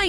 hay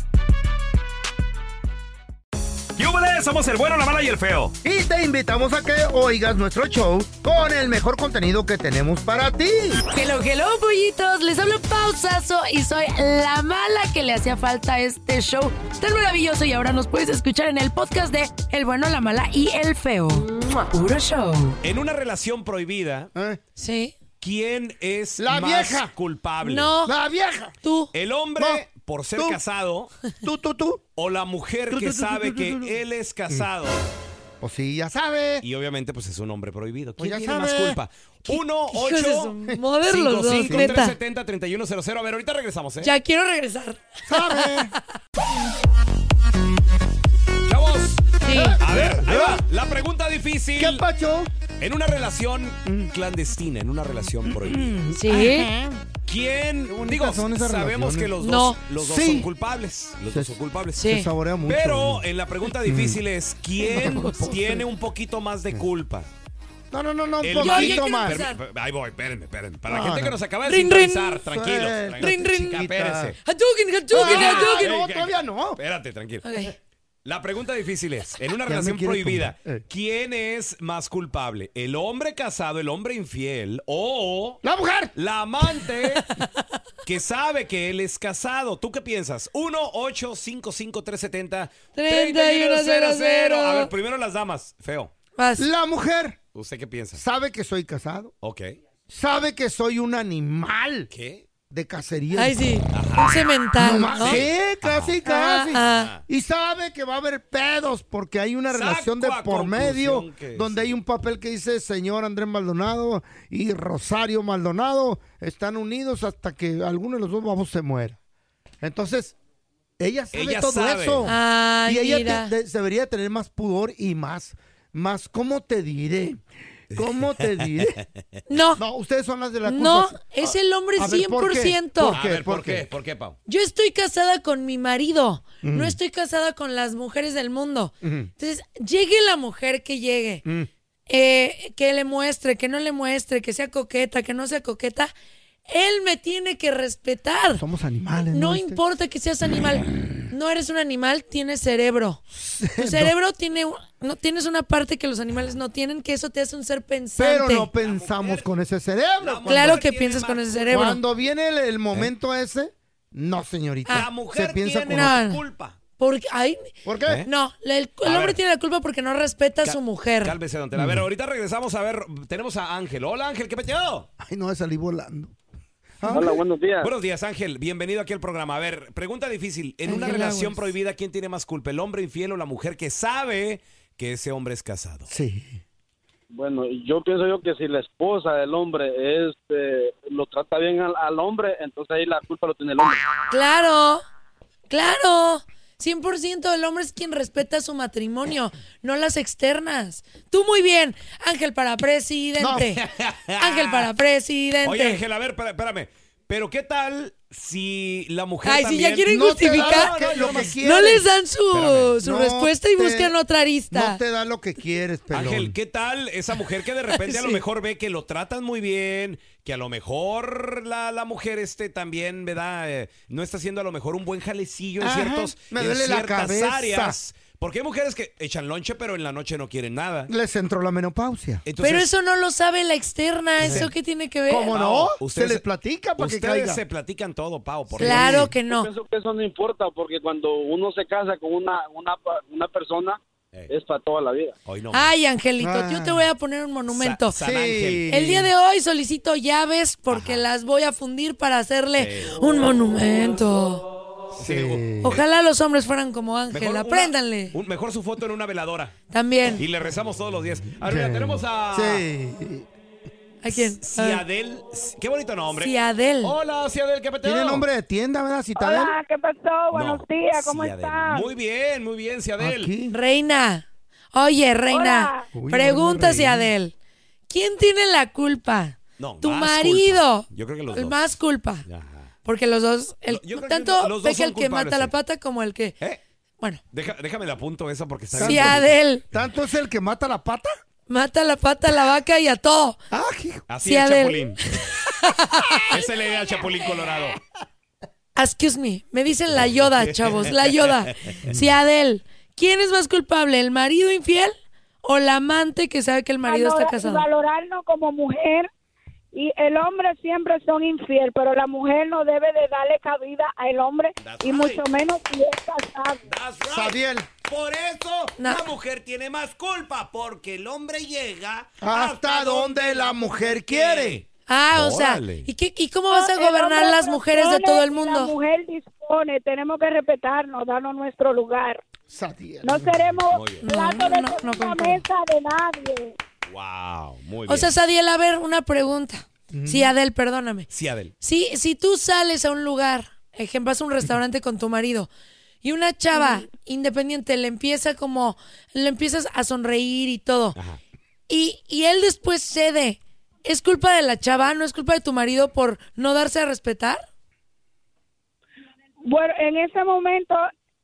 ¡Yúbales! Somos Pues el bueno, la mala y el feo. Y te invitamos a que oigas nuestro show con el mejor contenido que tenemos para ti. Hello, hello, pollitos. Les hablo pausazo y soy la mala que le hacía falta a este show tan maravilloso. Y ahora nos puedes escuchar en el podcast de El bueno, la mala y el feo. Puro show. En una relación prohibida, Sí. ¿quién es Eh. La más vieja. culpable? No, La vieja. tú. ¿El hombre No. por ser Tú. casado Tú, tú, tú. o la mujer Tú, que tú, tú, sabe tú, tú, que tú, tú. él es casado? Pues sí, ya sabes. Y obviamente, pues es un hombre prohibido. Pues ¿Quién ya tiene más sabe. culpa? 1 Hijos de su 8 mother los dos, neta. 370 3100 A ver, ahorita regresamos, ¿eh? Ya quiero regresar. Chavos, Sí. a ver, ahí va. La pregunta difícil. ¿Qué pacho? En una relación clandestina, en una relación prohibida. Mm, Sí. ¿Quién? bonitas Digo, son esas sabemos relaciones. que los No. dos, los dos Sí. son culpables. Los dos son culpables. Sí. Se saborea mucho. Mm. Pero en la pregunta difícil es, ¿quién tiene un poquito más de culpa? No, no, no, no. Un El- Yo ya poquito quiero más. empezar. Perm- Ahí voy, espérenme, espérenme. Para la No, gente no. que nos acaba de Rin, rin. sintonizar, tranquilos. Suéltate, tranquilos, rin. chica, Chiquita. espérense. Hadouken, Hadouken, Ah, Hadouken. no, todavía no. Espérate, tranquilo. Ok. La pregunta difícil es, en una Ya me relación quiere prohibida, tumbar. Eh. ¿quién es más culpable? ¿El hombre casado, el hombre infiel o La mujer. la amante que sabe que él es casado? ¿Tú qué piensas? 1 8 5 5 3 70 3100. A ver, primero las damas. Feo, Vas. La mujer ¿usted qué piensa? sabe que soy casado. Ok. Sabe que soy un animal ¿Qué? de cacería. Ay, sí. Un cemental, Ma- ¿no? Sí, casi, Ah, casi. ah. Y sabe que va a haber pedos porque hay una Saco relación de a por medio conclusión que donde sí. hay un papel que dice señor Andrés Maldonado y Rosario Maldonado están unidos hasta que alguno de los dos vamos se muera. Entonces, ella sabe Ella todo sabe. eso. Ay, y ella te- mira. de- debería tener más pudor y más, más, ¿cómo te diré? ¿Cómo te diré? No, No, ustedes son las de la culpa. no, es el hombre A ver, ¿por qué? 100%. ¿Por A qué? ver, ¿por ¿Por qué? qué? ¿Por qué, Pau? Yo estoy casada con mi marido, no estoy casada con las mujeres del mundo. Entonces, llegue la mujer que llegue, eh, que le muestre, que no le muestre, que sea coqueta, que no sea coqueta, él me tiene que respetar. Somos animales. No ¿Viste? importa que seas animal, no eres un animal, tienes cerebro. Tu cerebro tiene un- no tienes una parte que los animales no tienen, que eso te hace un ser pensante. Pero no pensamos con ese la cerebro. mujer claro que tiene piensas más- con ese cerebro. ¿Eh? Cuando viene el, el momento ese, no, señorita. La mujer se piensa tiene con- Ah. No. la culpa. ¿Eh? Porque ay, ¿Eh? ¿Por qué? no, la- el, el A hombre ver. tiene la culpa porque no respeta a su mujer. Cálmese, don Tela. A ver, ahorita regresamos a ver. Tenemos a Ángel. Hola, Ángel, ¿qué peteado? Ay, no, salí volando. Ah, Hola, buenos días. Buenos días, Ángel. Bienvenido aquí al programa. A ver, pregunta difícil. En una Ángel relación Aguas. prohibida, ¿quién tiene más culpa? ¿El hombre infiel o la mujer que sabe que ese hombre es casado? Sí. Bueno, yo pienso yo que si la esposa del hombre eh, este, lo trata bien al, al hombre, entonces ahí la culpa lo tiene el hombre. Claro, claro. 100% el hombre es quien respeta su matrimonio, no las externas. Tú muy bien, Ángel para presidente. Ángel para presidente. Oye, Ángel, a ver, espera- espérame. Pero ¿qué tal si la mujer Ay, si también... ya quieren No te justificar, da que- lo que quieres. no les dan su, Espérame. su No respuesta y te- buscan otra No arista. te da lo que quieres, pelón. Ángel, ¿qué tal esa mujer que de repente a lo Sí. mejor ve que lo tratan muy bien, que a lo mejor la, la mujer este también, ¿verdad? Eh, no está haciendo a lo mejor un buen jalecillo en, Ajá, ciertos, me en duele la ciertas cabeza. áreas. Porque hay mujeres que echan lonche pero en la noche no quieren nada. Les entró la menopausia. Entonces, Pero eso no lo sabe la externa, ¿eso qué tiene que ver? ¿Cómo no? Pao, se les platica para que ustedes caiga. se platican todo, Pau. Por Claro Dios. que Yo no. pienso que eso no importa porque cuando uno se casa con una, una, pa- una persona Ey, es para toda la vida. hoy no. Ay, Angelito, Ah. yo te voy a poner un monumento. Sa- San Sí. Ángel. El día de hoy solicito llaves porque las voy a fundir para hacerle un monumento. Sí. Ojalá los hombres fueran como Mejor Ángel, una- apréndanle. un- mejor su foto en una veladora. Y También. le rezamos todos los días. A ver, mira, Sí. tenemos a... Sí. ¿A quién? Ah, Ciadel. Qué bonito nombre. Ciadel. Hola, Ciadel, ¿qué peteo? Tiene nombre de tienda, ¿verdad? Citadel. Hola, ¿qué pasó? Buenos No, días, ¿cómo Ciadel. están? Muy bien, muy bien, Ciadel. Aquí. Reina. Oye, Reina. Hola. Uy, Pregunta, Reina. Ciadel. ¿Quién tiene la culpa? No, tu más marido. culpa. Yo creo que los El dos. Más culpa. Ajá. Porque los dos, el, Yo creo que tanto los dos peca son el que mata culpables, la sí. pata como el que... ¿Eh? Bueno, Deja- déjame la apunto esa porque está si bien. Adel ¿Tanto es el que mata la pata? mata la pata a la vaca y a todo. Ah, hijo. Así Sí, es, Adel. Chapulín. Esa es la idea del Chapulín Colorado. Excuse me, me dicen la yoda, Ah, chavos, la yoda. Si Adel, ¿quién es más culpable, el marido infiel o la amante que sabe que el marido está Valora- casado? Valorarnos como mujer y el hombre siempre son infiel, pero la mujer no debe de darle cabida al hombre That's y right. mucho menos si es casado. That's right. Sabiel. Por eso No. la mujer tiene más culpa porque el hombre llega Hasta donde la mujer quiere. Ah, o sea, Órale. ¿y, qué, ¿y cómo vas a El hombre gobernar las mujeres de todo el propone y La mundo? mujer dispone, tenemos que respetarnos, darnos nuestro lugar. Sabiel. No seremos Muy bien. plato No, no, de no, no segunda concuerdo. mesa de nadie. Wow, Ah, muy bien. O sea, Sadiel, a ver, una pregunta. Si Adel, perdóname. sí, Adel. Si, si tú sales a un lugar, ejemplo, vas a un restaurante con tu marido y una chava independiente le empieza como, le empiezas a sonreír y todo, y, y él después cede, ¿es culpa de la chava? ¿No es culpa de tu marido por no darse a respetar? Bueno, en ese momento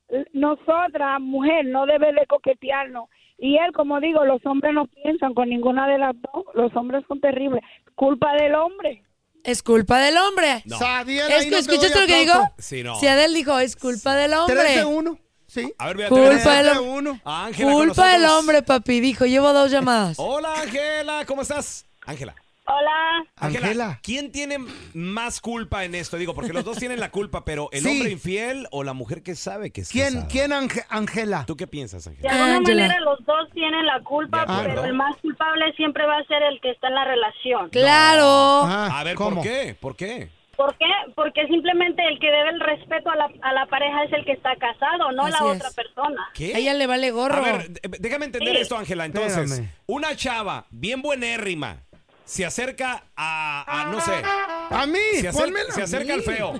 l- nosotras, mujer, no debe de coquetearnos. Y él, como digo, los hombres no piensan con ninguna de las dos. Los hombres son terribles. Culpa del hombre. Es culpa del hombre. No. Sabiel, Es ahí que- no te doy ¿Escuchaste lo que digo? aplauso. Sí, no. Si Adel dijo, es culpa del Tres de hombre. uno. Sí. A ver, mira, Culpa tenemos a- del- uno. a Ángela con Culpa del nosotros. Oh, hombre, papi. Dijo, llevo dos llamadas. Hola, Ángela, ¿cómo estás? Ángela. Hola. Ángela. ¿quién tiene más culpa en esto? Digo, porque los dos tienen la culpa, pero el Sí. hombre infiel o la mujer que sabe que es ¿Quién, casada? quién, Ange- Ángela? ¿Tú qué piensas, De Ángela? alguna Ángela. manera los dos tienen la culpa, De acuerdo. pero el más culpable siempre va a ser el que está en la relación. Claro. Ah, a ver, ¿cómo? ¿por qué? ¿Por qué? ¿Por qué? Porque simplemente el que debe el respeto a la, a la pareja es el que está casado, no Así la es. otra persona. ¿Qué? A ella le vale gorro. A ver, d- eh, déjame entender Sí. esto, Ángela. Entonces, Espérame. una chava bien buenérrima se acerca a, a, no sé, A mí, se, acer- pónmela se a acerca mí. al feo,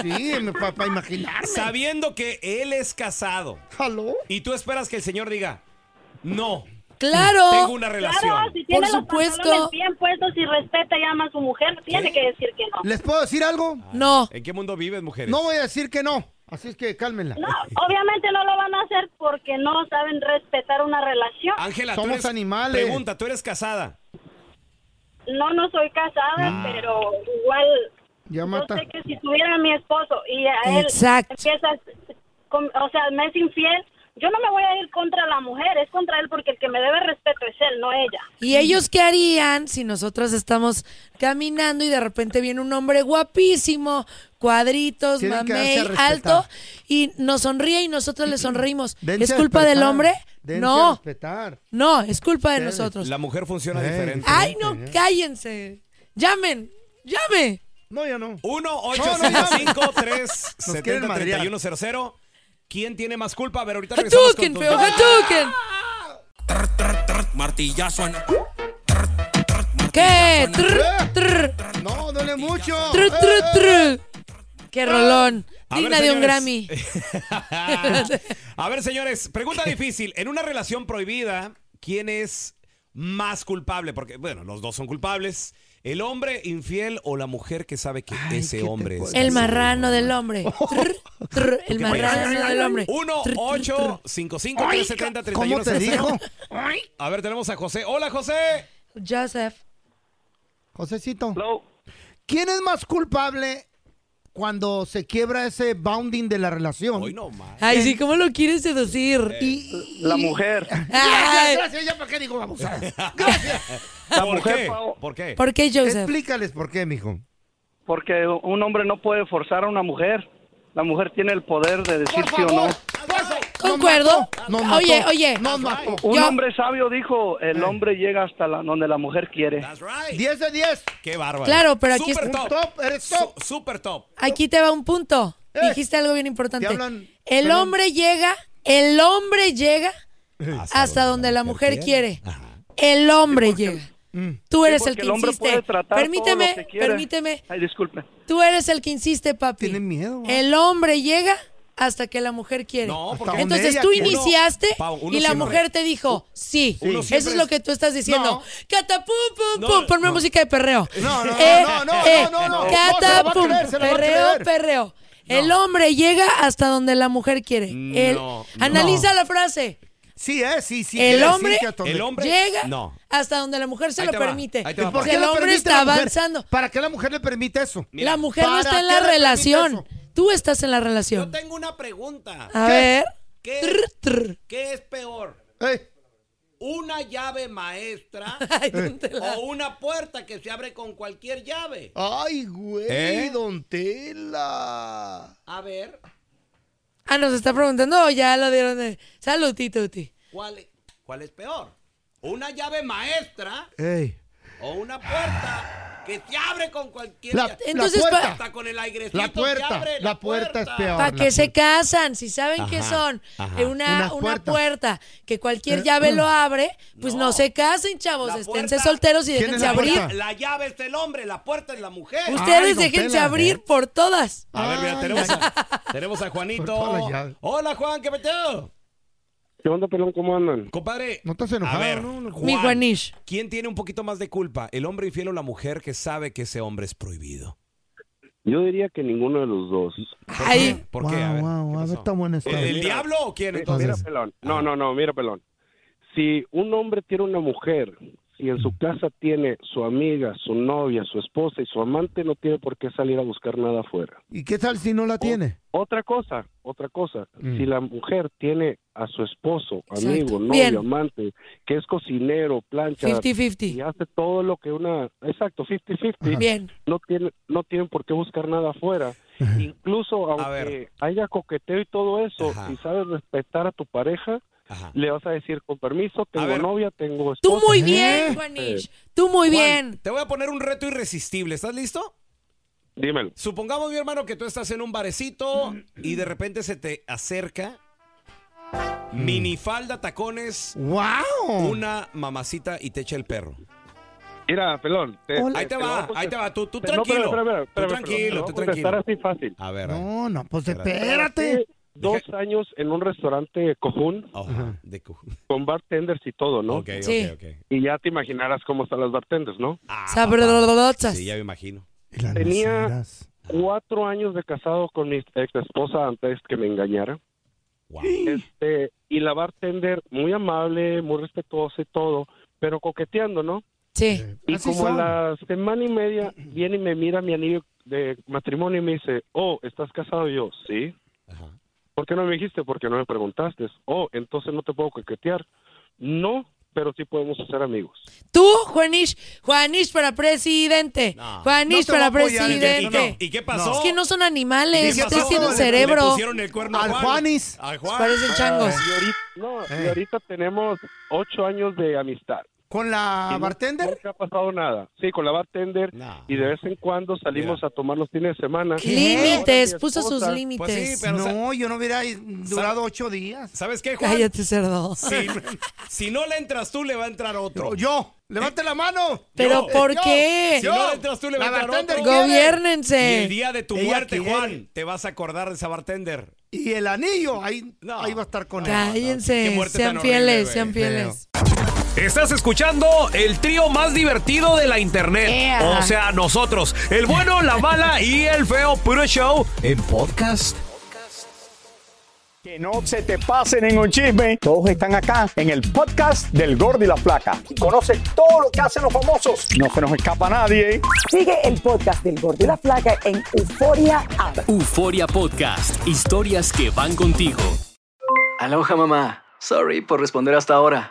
Sí, para imaginarme. sabiendo que él es casado. ¿Aló? Y tú esperas que el señor diga, no, Claro. tengo una relación. Claro, si tiene los supuesto. pantalones bien puestos y respeta y ama a su mujer, tiene que decir que no. ¿Les puedo decir algo? No. ¿En qué mundo vives, mujeres? No voy a decir que no. Así es que cálmenla. No, obviamente no lo van a hacer porque no saben respetar una relación. Ángela, tú Somos eres- animales. Pregunta, ¿tú eres casada? No, no soy casada, pero igual Ah. Ya yo mata. sé que si tuviera a mi esposo y a él Exacto. empieza, con- o sea, me es infiel, yo no me voy a ir contra la mujer, es contra él porque el que me debe respeto es él, no ella. ¿Y ellos qué harían si nosotros estamos caminando y de repente viene un hombre guapísimo, cuadritos, Tienen que mamey, darse a respetar. alto, y nos sonríe y nosotros le sonreímos? Dense ¿Es a culpa respetar. del hombre? Dense a no, respetar. no, es culpa de nosotros. La mujer funciona Ey. diferente. Ay, no, ¿eh? cállense. Llamen, llame. No, ya no. 1 No, no, 855 Nos quieren 370 madrear. 3100 ¿Quién tiene más culpa? A ver, ahorita regresamos con Jatuquen, tu- feo, jatuquen. ¿Qué? Trr, trr, No, duele mucho. Eh, trr, trr, trr. Qué rolón. A ver, Digna de un señores. Grammy. A ver, señores, pregunta difícil. En una relación prohibida, ¿quién es más culpable? Porque, bueno, los dos son culpables. El hombre infiel o la mujer que sabe que ese hombre es. El marrano del hombre. Trr, trr, el marrano del hombre. 1 8 5 5 3 70 31 ¿cómo te dijo? A ver, tenemos a José. Hola, José. Joseph. Josecito. ¿Quién es más culpable cuando se quiebra ese bounding de la relación? Eh. Hoy no más. Eh, Ay, sí, ¿cómo lo quieres seducir? La mujer. Gracias, gracias, ya para qué digo vamos Gracias. La ¿Por mujer, qué? Pao. ¿Por qué? ¿Por qué, Joseph? Explícales por qué, mijo. Porque un hombre no puede forzar a una mujer. La mujer tiene el poder de decir sí o no. Concuerdo. Oye, oye. Un Yo- hombre sabio dijo, Eh. el hombre llega hasta la, donde la mujer quiere. 10 de 10. Qué bárbaro. Claro, pero aquí Super es- top. Top, eres top. Su- super top. Aquí te va un punto. Eh. Dijiste algo bien importante. Te hablan- el perdón. hombre llega, el hombre llega hasta, donde la mujer quiere. El hombre llega. Tú eres el Porque que el hombre insiste. puede tratar todo Permíteme, lo que quiere. permíteme. Ay, disculpe. Tú eres el que insiste, papi. Tiene miedo. ¿eh? El hombre llega hasta que la mujer quiere. No, Hasta porque donde Entonces ella tú quiere. iniciaste Pau, uno y la siempre- mujer te dijo, sí. Uno Eso siempre es lo es- que tú estás diciendo. No. Catapum, pum, No, pum. Ponme música de perreo. No, no, Eh, no, no, eh, no, no, no. Catapum, No, se lo va a creer, se lo va a perreo, creer. perreo. El hombre llega hasta donde la mujer quiere. No, El- no. Analiza la frase. Sí, eh, sí, sí. El quiere decir hombre- que hasta donde- El hombre- Llega No. hasta donde la mujer se Ahí lo te va, permite. ahí te ¿Y va, por Pau. qué el le hombre permite a está la mujer? avanzando. ¿Para qué la mujer le permite eso? La mujer no ¿Para está en qué la le permite relación. eso? Tú estás en la Yo relación. tengo una pregunta. A ver. ¿Qué? Trr, trr. ¿Qué es peor? Eh, ¿Una llave maestra Ay, ¿dónde la- o una puerta que se abre con cualquier llave? Ay, güey, ¿Eh? don Tela. A ver, Ah, nos está preguntando, o ya lo dieron de. Salud, Tito Uti. ¿cuál, e-, cuál es peor? ¿Una llave maestra Ey, o una puerta que se abre con cualquier La, llave? Entonces, la puerta. Hasta con el airecito La que puerta, abre la puerta es peor. ¿Para la qué se puerta. casan? Si saben que son eh, una, Unas una puertas. Eh, mm. puerta que cualquier llave lo abre, pues no, No. se casen, chavos. La Esténse puerta- solteros y ¿Quién déjense es la abrir. puerta? La llave es el hombre, la puerta es la mujer. Ustedes Ay, don déjense Tela. abrir por todas. A ver, mira, Ay, tenemos la- a, tenemos a Cortó la Juanito. llave. Hola, Juan, ¿qué peteo? ¿Qué onda, pelón? ¿Cómo andan? Compadre. No estás enojado, a ver, ¿no? Mi Juanish. ¿Quién tiene un poquito más de culpa? ¿El hombre infiel o la mujer que sabe que ese hombre es prohibido? Yo diría que ninguno de los dos. Ahí. ¿Por qué? A ver, Guau, ¿qué guau, a ver, pasó? está buena esta. ¿El, el diablo o quién Mira, entonces? Mira, pelón. No, no, no, mira, pelón. Si un hombre tiene una mujer, si en su casa tiene su amiga, su novia, su esposa y su amante, no tiene por qué salir a buscar nada afuera. ¿Y qué tal si no la tiene? Otra cosa, otra cosa, Mm. si la mujer tiene a su esposo, Exacto. amigo, novio, Bien. amante, que es cocinero, plancha, y 50-50. hace todo lo que una, exacto, 50-50, Bien. no tiene, no tienen por qué buscar nada afuera. Incluso A aunque haya coqueteo y todo eso, Ajá. si sabes respetar a tu pareja, Ajá. le vas a decir con permiso, tengo ver. novia, tengo Tú esposa. muy ¿Eh? bien, Juanish. Tú muy Juan, bien. Te voy a poner un reto irresistible. ¿Estás listo? Dímelo. Supongamos, mi hermano, que tú estás en un barecito y de repente se te acerca minifalda, tacones, ¡Wow! una mamacita y te echa el perro. Mira, pelón. te- Hola. Ahí te lo voy a va, ahí contestar- te va. Tú, tú Te- no, tranquilo. espera, espera, Tú espera, tranquilo, pelón, tú te lo voy a contestar tranquilo. así fácil. A ver. a ver. No, no, pues Espérate. espérate. Hace Dos años en un restaurante cojún Ajá, Oh, de cu- con bartenders y todo, ¿no? Ok, ok, Sí. ok. Y ya te imaginarás cómo están las bartenders, ¿no? Ah, Sabrosas. sí, ya me imagino. Y las Tenía- meseras. Cuatro años de casado con mi ex esposa antes que me engañara. Wow. Este, y la bartender muy amable, muy respetuosa y todo, pero coqueteando, ¿no? Sí. Y Así como son. a la semana y media viene y me mira mi anillo de matrimonio y me dice, oh, ¿estás casado? Y yo, sí. Ajá. ¿Por qué no me dijiste? Porque no me preguntaste. Oh, entonces no te puedo coquetear. No, pero sí podemos ser amigos. Tú, Juanish. Juanish para presidente. No. Juanish No te para voy a apoyar, ¿Y presidente. qué, y qué pasó? Es que no son ¿Qué animales, pasó? ustedes tienen Le- Le cerebro. pusieron el cuerno a Al Juan. Juanis. Al Juan. Parecen changos. Y ahorita, no, y Eh. ahorita tenemos ocho años de amistad. ¿Con la Y bartender? Nunca ha pasado nada. Sí, con la bartender. No. Y de vez en cuando salimos Mira. a tomar los fines de semana. ¿Qué? Límites, Ahora mi puso sus esposa- límites. Pues sí, pero o sea, No, yo no hubiera durado ocho días. ¿sabes qué, Juan? Cállate, cerdo. Si, si no le entras tú, le va a entrar otro. Eh, Yo, levante la mano. ¿Pero por yo, qué? Si no le entras tú, le La va a entrar bartender otro. quiere. Y el Gobiernense. día de tu Ella muerte, quiere. Juan, te vas a acordar de esa bartender. Y el anillo, ahí, No. ahí va a estar con Qué él. Cállense, muerte sean tan fieles, horrible, sean güey. fieles. Estás escuchando el trío más divertido de la internet. Ea. O sea, nosotros. El bueno, la mala y el feo puro show. En podcast. Que no se te pase ningún chisme. Todos están acá en el podcast del Gordi y la Flaca. Y conoce todo lo que hacen los famosos. No se nos escapa nadie. Sigue el podcast del Gordi y la Flaca en Euforia Euforia Podcast. Historias que van contigo. Aloha mamá. Sorry por responder hasta ahora.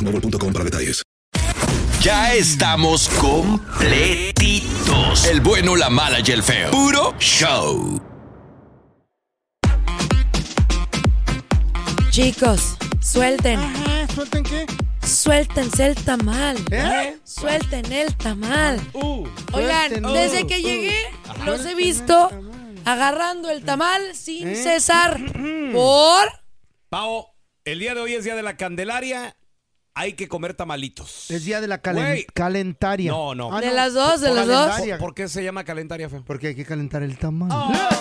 para detalles. Ya estamos completitos. El bueno, la mala y el feo. Puro show. Chicos, suelten. ¿Suelten qué? Suéltense el tamal. ¿Eh? Ah, uh, Suelten el tamal. Oigan, suelten el- desde que llegué, Ajá. los he visto agarrando el tamal sin ¿Eh? cesar. Por. Pao, el día de hoy es día de la Candelaria. Hay que comer tamalitos. Es día de la calen- Güey. calentaria. No, no. Ah, no. Por- calentaria. ¿Por, por qué se llama calentaria, feo? Porque hay que calentar el tamal.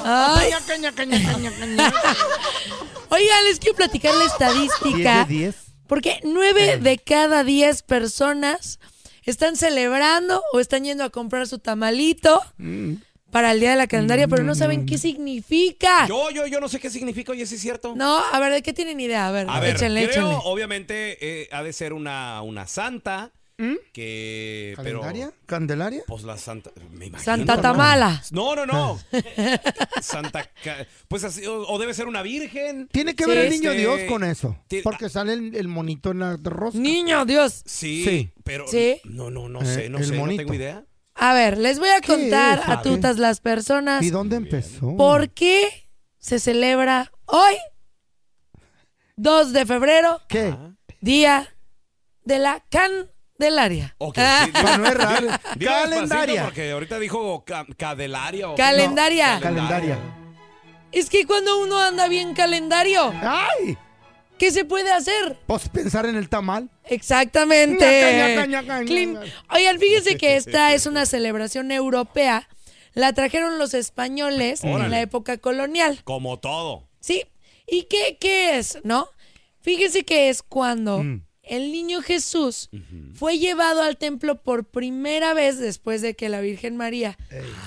Ay. Oigan, les quiero platicar la estadística. 10 de 10. Porque nueve de cada 10 personas están celebrando o están yendo a comprar su tamalito Mm. para el día de la calendaria, pero no saben qué significa. Mm. Yo, yo, yo no sé qué significa, oye, sí es cierto. No, a ver, ¿de qué tienen idea? A ver, A ver, échenle, creo, échenle. obviamente, eh, ha de ser una, una santa que... pero- ¿Mm? ¿Calendaria? ¿Candelaria? pues la santa... Me imagino. Santa Tamala. No, no, no. santa... Ca- Pues así, o, o debe ser una virgen. Tiene que ver el niño Este, Dios con eso. ti- Porque sale el, el monito en la rosca. Niño Dios. Sí, Sí. pero Sí. no, no, no Eh, sé, no el sé, no monito. tengo idea. A ver, les voy a contar es? a ¿Qué? tutas las personas ¿Y dónde empezó? por qué se celebra hoy, 2 de febrero, ¿Qué? Día de la Candelaria. Ok, Ah. sí, digo- No es raro. digo despacito Calendaria. Porque ahorita dijo ca- cadelaria o... Calendaria. No, Calendaria. Es que cuando uno anda bien calendario, ¡Ay! ¿qué se puede hacer? Pues pensar en el tamal. Exactamente. Ñaca, ñaca, ñaca, Clean. ñaca. Oigan, fíjense que esta es una celebración europea. La trajeron los españoles Órale. en la época colonial. Como todo. ¿Sí? ¿Y qué, qué es, no? Fíjense que es cuando el niño Jesús fue llevado al templo por primera vez después de que la Virgen María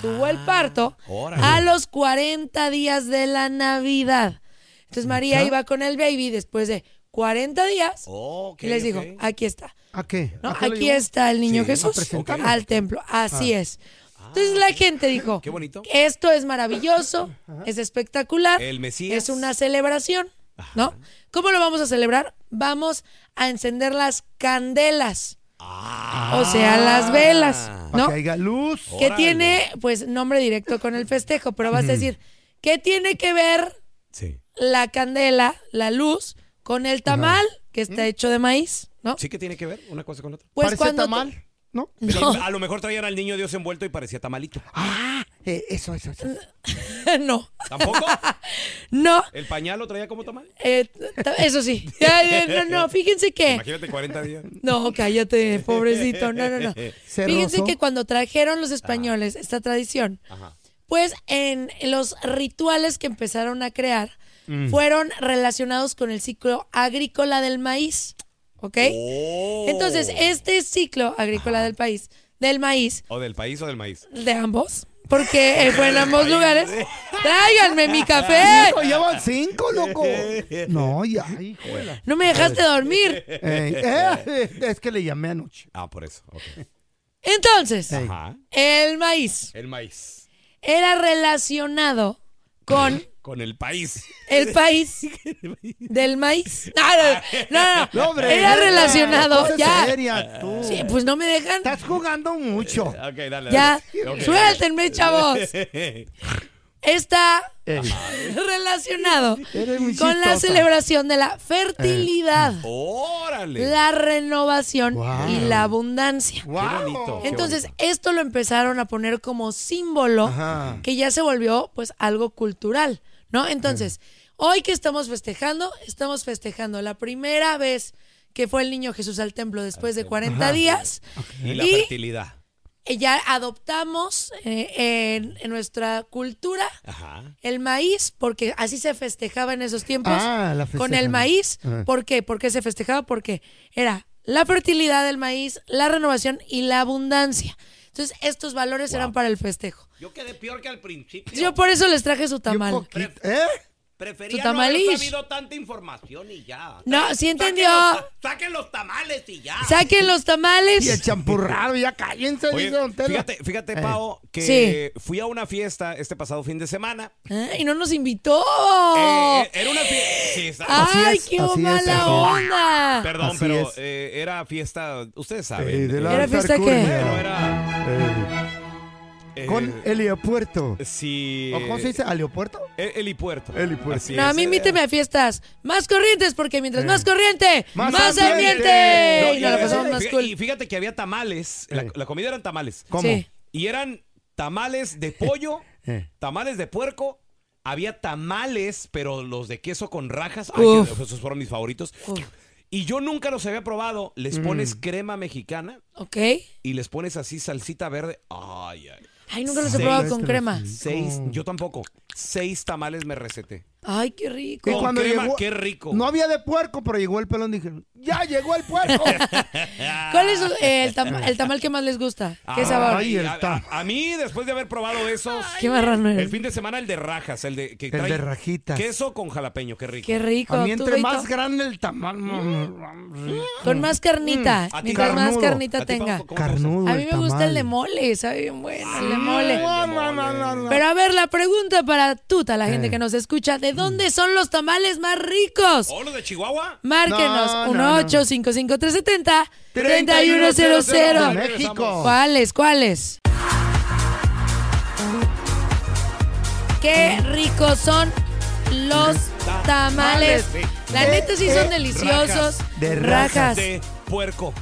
tuvo el parto Órale. a los 40 días de la Navidad. Entonces María ¿Ya? iba con el baby después de 40 días Ok, y les dijo, ok. Ah, aquí está. ¿A qué? ¿no? ¿A qué lo Aquí llevó? está el niño Sí, a Jesús presentarlo. al templo. Así es. Entonces la gente dijo, Ah. Qué bonito. esto es maravilloso, es espectacular, El Mesías. es una celebración, ¿no? ¿Cómo lo vamos a celebrar? Vamos a encender las candelas, Ah. o sea, las velas, Ah. Para ¿no? que haya luz. Que tiene, pues, nombre directo con el festejo, pero vas a decir, ¿qué tiene que ver Sí. la candela, la luz, con el tamal que está hecho de maíz, ¿no? ¿Mm? ¿Sí que tiene que ver una cosa con otra? Pues Parece cuando te- tamal, ¿no? Pero No. A lo mejor traían al niño Dios envuelto y parecía tamalito. Ah, eh, eso, eso, eso. no, ¿Tampoco? no. ¿El pañal lo traía como tamal? Eh, ta- eso sí. Ya, ya, No, no, fíjense que. Imagínate 40 días. No, cállate, pobrecito. No, no, no. Se Fíjense rozó. que cuando trajeron los españoles esta tradición, Ajá. pues en los rituales que empezaron a crear Mm. fueron relacionados con el ciclo Oh. agrícola del maíz. ¿Ok? Entonces, este ciclo agrícola del país del maíz. ¿O del país o del maíz? De ambos. Porque eh, fue en ambos lugares. ¡Tráiganme mi café! Hijo, ya van cinco, loco. No, ya, No me dejaste dormir. Ey, eh, es que le llamé anoche. Ah, por eso. ok. Entonces, Ajá. el maíz El maíz. era relacionado con Con el país. el país del maíz. No, no, no, no. No, hombre, era no, relacionado cosa ya. seria, tú. Sí, pues no me dejan. Estás jugando mucho. Ok, dale. Ya. dale. Ok. Suéltenme, chavos. Está Ey. relacionado muy con la chistosa. celebración de la fertilidad, Eh. ¡Órale! la renovación Wow. y la abundancia. ¡Qué bonito! qué Entonces, esto lo empezaron a poner como símbolo Ajá. que ya se volvió pues algo cultural, ¿no? Entonces, hoy que estamos festejando, estamos festejando la primera vez que fue el niño Jesús al templo después de 40 Ajá. días. bonito. Y la Y- fertilidad. Eh, Ya adoptamos eh, en, en nuestra cultura Ajá. el maíz, porque así se festejaba en esos tiempos. Ah, la con el festejan. maíz. Ah. ¿Por qué? Porque se festejaba porque era la fertilidad del maíz, la renovación y la abundancia. Entonces, estos valores eran para el festejo. Yo quedé peor que al principio. Yo por eso les traje su tamal. ¿Eh? Tu Prefería no haber tamalish. sabido sabido tanta información y ya. No, sí entendió. Saquen Saquen los tamales y ya. los, tamales. Y el champurrado, ya cállense, dice Don Telo. fíjate, fíjate, Pao, Eh. que fui a una fiesta este pasado fin de semana. Ah, Y no nos invitó. Eh, era una fiesta. ¡Ay, qué mala onda! Perdón, Así pero es. eh, era fiesta. Ustedes saben. Eh, de la ¿Era fiesta qué? alcurnia. Eh, Eh, Con Heliopuerto. Sí. ¿O cómo se dice? ¿Aliopuerto? Eh, Helipuerto. Así No, a es. eh, mí invíteme a fiestas más corrientes, porque mientras más corriente, más, ambiente. No, y y nos la a pasamos veces- más fija- cool. Y fíjate que había tamales. La, la comida eran tamales. ¿Cómo? Sí. Y eran tamales de pollo, Eh. tamales de puerco. Había tamales, pero los de queso con rajas. Ay, Uf. que esos fueron mis favoritos. Y yo nunca los había probado. Les Mm. pones crema mexicana Ok. y les pones así salsita verde. Ay, ay. Ay, nunca los he Seis- probado con crema. Seis, yo tampoco. Seis tamales me receté. Ay, qué rico. Con crema, qué rico. No había de puerco, pero llegó el pelón y dije, ¡ya llegó el puerco! ¿Cuál es eh, el, tam- el tamal que más les gusta? Ah, ¿Qué Ay, sabor? a- A, a mí, después de haber probado esos. Qué marrano eres. El fin de semana, el de rajas, el de. Que el de rajitas. Queso con jalapeño, qué rico. Qué rico. A mí tú, entre Beto. más grande el tamal, mm, Con más carnita. Mm. A ti, mientras más carnudo. carnita A ti, tenga. Pau, ¿cómo Ah, te gusta? Carnudo A mí el me gusta el de tamal. mole, sabe bien bueno, el de Sí, mole. no, no, no, no. Pero a ver, la pregunta para tuta, la gente Eh. que nos escucha, ¿de dónde son los tamales más ricos? ¿O los de Chihuahua? Márquenos, No, no, 1855370 3100. 3100 De México. ¿Cuáles? ¿Cuáles? Qué ricos son los tamales. La neta sí son deliciosos. Rajas. De rajas. Eh, De puerco.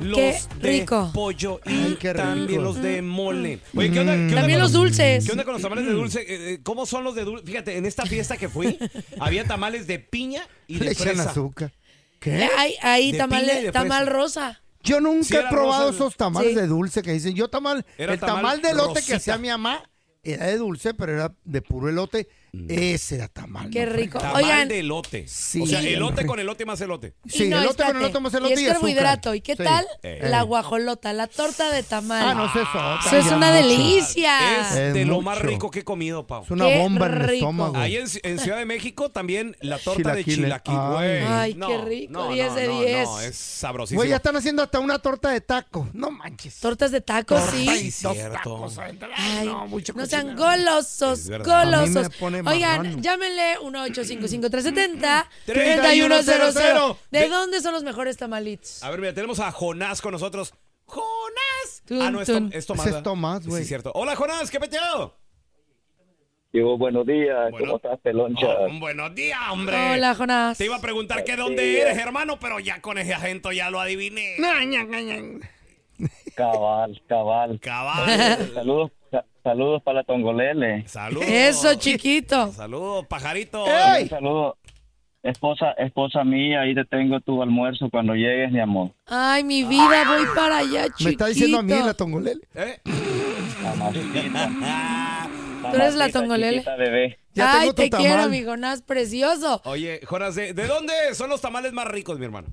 Los Qué rico. de pollo y también los de mole. Oye, Mm. ¿qué onda, qué onda También con- los dulces. ¿Qué onda con los tamales de dulce? Eh, eh, ¿Cómo son los de dulce? Fíjate, en esta fiesta que fui, había tamales de piña y le de echan fresa. azúcar. Eh, ¿Qué? Hay, hay De tamale- piña y de tamal fresa. rosa. Yo nunca Sí, he era probado rosa el- esos tamales Sí. de dulce que dicen. Yo tamal, Era el tamal tamal, de elote rosita. que hacía mi mamá era de dulce, pero era de puro elote. Ese era tamal. Qué no, rico. Mm. Tamal Oigan. de elote. Sí. O sea, Sí. elote con elote más elote. Y Sí, elote con espérate. elote más Y elote y es azúcar. carbohidrato. ¿Y qué Sí. tal? Eh. La guajolota, la torta de tamal. Ah, no, eso es otra, Eso es ya una mucho. delicia. Es, Es de lo más mucho. rico que he comido, Pau. Es una Qué bomba en el rico. estómago. Ahí en, Ci- en Ciudad de México también la torta de Chilaquiles. chilaquil, güey. Ay, No, qué rico, no, 10 de no, no, 10. No, es sabrosísimo. Güey, ya están haciendo hasta una torta de taco. No manches. Tortas de tacos, Torta sí. y dos Cierto. tacos adentro. Ay, no, mucho no sean cochinero. golosos, Es verdad. A mí me golosos. pone Oigan, marrano. llámenle 1855370 3100. 3100. ¿De dónde son los mejores tamalitos? A ver, mira, tenemos a Jonás con nosotros. ¡Jonás! Tun, ah, no, es, Tom- tun. es Tomás. Ese es ¿verdad? Tomás, Sí, güey. cierto. Hola, Jonás, ¿qué peteado? Digo, buenos días, ¿cómo estás, Peloncha? Oh, buenos días, hombre. Hola, Jonás. Te iba a preguntar que dónde eres, hermano, pero ya con ese acento ya lo adiviné. Cabal, cabal. Cabal. Saludos, sa- saludos para la Tongolele. Saludos. Eso, chiquito. Saludos, pajarito. También Saludos. Esposa, esposa mía, ahí te tengo tu almuerzo cuando llegues, mi amor. Ay, mi vida, voy para allá, chiquito. Me está diciendo a mí la tongolele. Tú eres la Mamacita, tongolele. chiquita, bebé. Ya Ay, tengo tu te tamal. quiero, mi Jonás, precioso. Oye, Jonás, ¿de, de dónde son los tamales más ricos, mi hermano?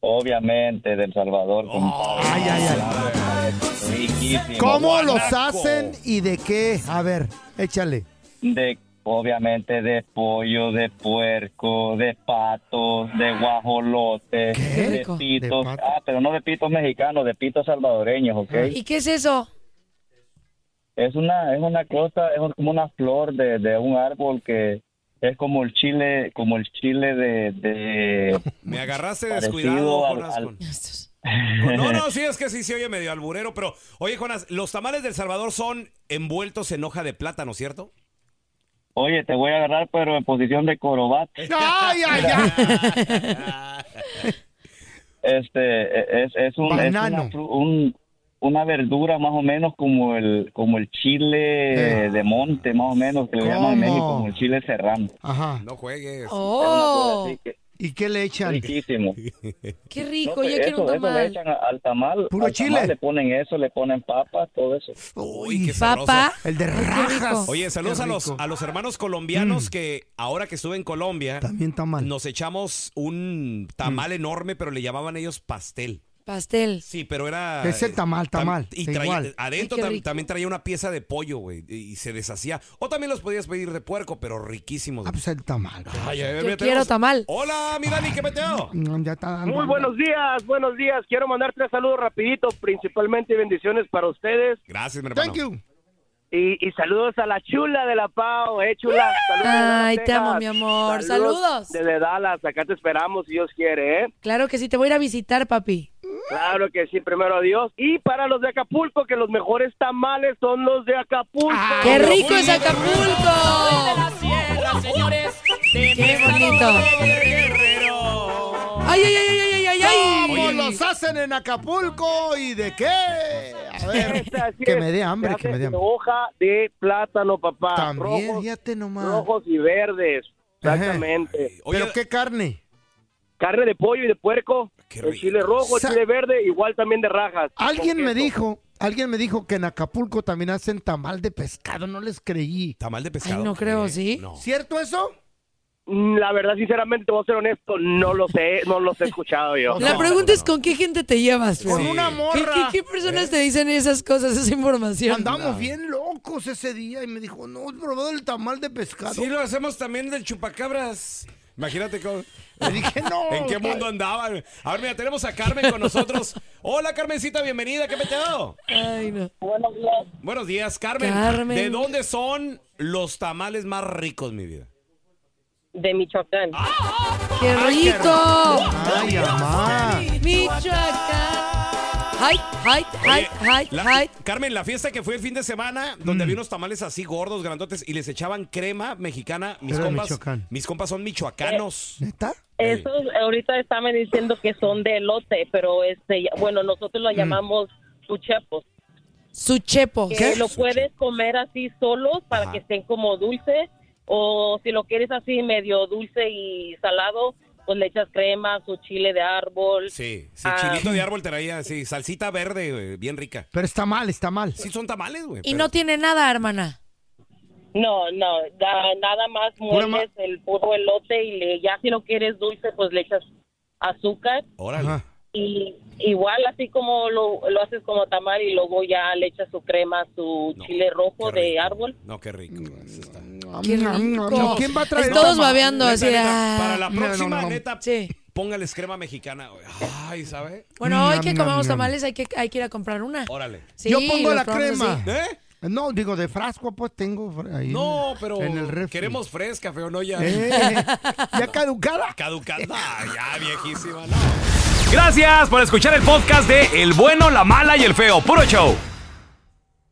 Obviamente, del Salvador. compadre. Ay, ay, ay. Riquísimo. ¿Cómo los Guanaco. hacen y de qué? A ver, échale. De, obviamente de pollo, de puerco, de pato, de guajolote, de rico. pitos. ah, pero no de pitos mexicanos, de pitos salvadoreños, ¿ok? Ah. ¿Y qué es eso? Es una, es una cosa, es como una flor de, de un árbol que es como el chile, como el chile de... de Me agarraste Eh, parecido descuidado, al- Jonas, al- con- No, no, sí, es que sí se oye medio alburero, pero oye, Jonas, los tamales del Salvador son envueltos en hoja de plátano, ¿cierto? Oye, te voy a agarrar, pero en posición de corobat. ¡Ay, ay, ay! Este, es, es un, es una, Banano. fru- un- una verdura más o menos como el, como el Eh. chile de monte, más o menos, que le llaman en México, como el chile serrano. Ajá. No juegues. ¡Oh! ¿Y qué le echan? Riquísimo. ¡Qué rico! No, Yo eso- quiero un eso le tamal. echan a- al tamal. Puro al tamal chile. le ponen eso, le ponen papas, todo eso. Uy, qué sabroso. El de rajas. Oye, saludos Qué a los, rico. Mm. a los hermanos colombianos que ahora que estuve en Colombia, También tamal. Mm. nos echamos un tamal enorme, pero le llamaban ellos pastel. Pastel. Sí, pero era... Es el tamal, tamal. Y traía- igual. adentro Ay, qué tam- rico. también traía una pieza de pollo, güey, y y se deshacía. O también los podías pedir de puerco, pero riquísimos. güey. Pues el tamal. Ay, ay, ay, Yo mira, quiero tenemos- tamal. Hola, mi Dani, ¿qué meteo? Mm, Ya está dando. Muy buenos días, buenos días. Quiero mandar tres saludos rapidito, principalmente bendiciones para ustedes. Gracias, mi hermano. Y, y saludos a la chula de la Pau, eh, chula. Saludos desde Ay, te Texas. amo, mi amor. Saludos. Desde Dallas, acá te esperamos, si Dios quiere, ¿eh? Claro que sí, te voy a ir a visitar, papi. Claro que sí, primero Dios. Y para los de Acapulco, que los mejores tamales son los de Acapulco. Ah, ¡Qué rico es Acapulco! señores. ¡Qué bonito! ¡Ay, ay, ay, ay, ay, ay! ay. ¿Cómo los hacen en Acapulco y de qué? A ver, que me dé hambre, que me dé hambre. Hoja de plátano, papá. También, Rojos, fíjate nomás. rojos y verdes. Exactamente. ¿Pero qué carne? carne de pollo y de puerco, el chile rojo, el Sa- chile verde, igual también de rajas. Alguien Con me queso. dijo, alguien me dijo que en Acapulco también hacen tamal de pescado, no les creí. ¿Tamal de pescado? no creo, ¿sí? no. ¿Cierto eso? Mm, La verdad, sinceramente, voy a ser honesto, no lo sé, no los he escuchado yo. La pregunta es con qué gente te llevas. Con Fer? una ¿Qué- morra. ¿Qué, qué personas te dicen esas cosas, esa información? Andamos bien locos ese día y me dijo, no, he probado el tamal de pescado. Sí, lo hacemos también del chupacabras. Imagínate cómo. dije, no. ¿En qué mundo andaba? A ver, mira, tenemos a Carmen con nosotros. Hola, Carmencita, bienvenida. ¿Qué peteo? Ay, no. Buenos días, Carmen. Carmen. ¿De dónde son los tamales más ricos, mi vida? de Michoacán. ¡Qué rico! Ay, mamá. Michoacán. ¡Ay, ay, ay, ay, La- ay! Carmen, la fiesta que fue el fin de semana, donde Mm. había unos tamales así gordos, grandotes, y les echaban crema mexicana. Mis Era de compas, Michoacán. Eh, mis compas son michoacanos. ¿Neta? Esos ahorita estaban diciendo que son de elote, pero este, bueno, nosotros Mm. lo llamamos suchepos. Suchepo. Que lo puedes comer así solos para que estén como dulces, o si lo quieres así medio dulce y salado, pues le echas crema, su chile de árbol. Sí, sí, Ah. chilito de árbol traía, sí, salsita verde, güey, bien rica. Pero está mal, está mal. Sí, son tamales, güey. Y no tiene nada, hermana. No, no, da- nada más Pura ma- mueles el puro elote y le, ya si lo quieres dulce, pues le echas azúcar. Órale. y igual así como lo, lo haces como tamal y luego ya le echas su crema, su chile rojo de árbol. No, qué Mm, rico. eso está. ¡Qué rico! ¿Quién va a traer Todos tamal? babeando Neta, así. neta, ah. Para la próxima, No, no, no. neta, póngales crema mexicana, güey. Ay, ¿sabe? Bueno, hoy Ñam, que ñam, comamos ñam. tamales hay que, hay que ir a comprar una. Órale. Sí, Yo pongo los la probamos crema. así. No, digo, de frasco, pues tengo fr- ahí. en ¿Eh? No, el- pero En el refri. queremos fresca, feo, no ya. Eh, ¿Ya caducada? Caducada, ya viejísima. Gracias por escuchar el podcast de El bueno, la mala y el feo. Puro show.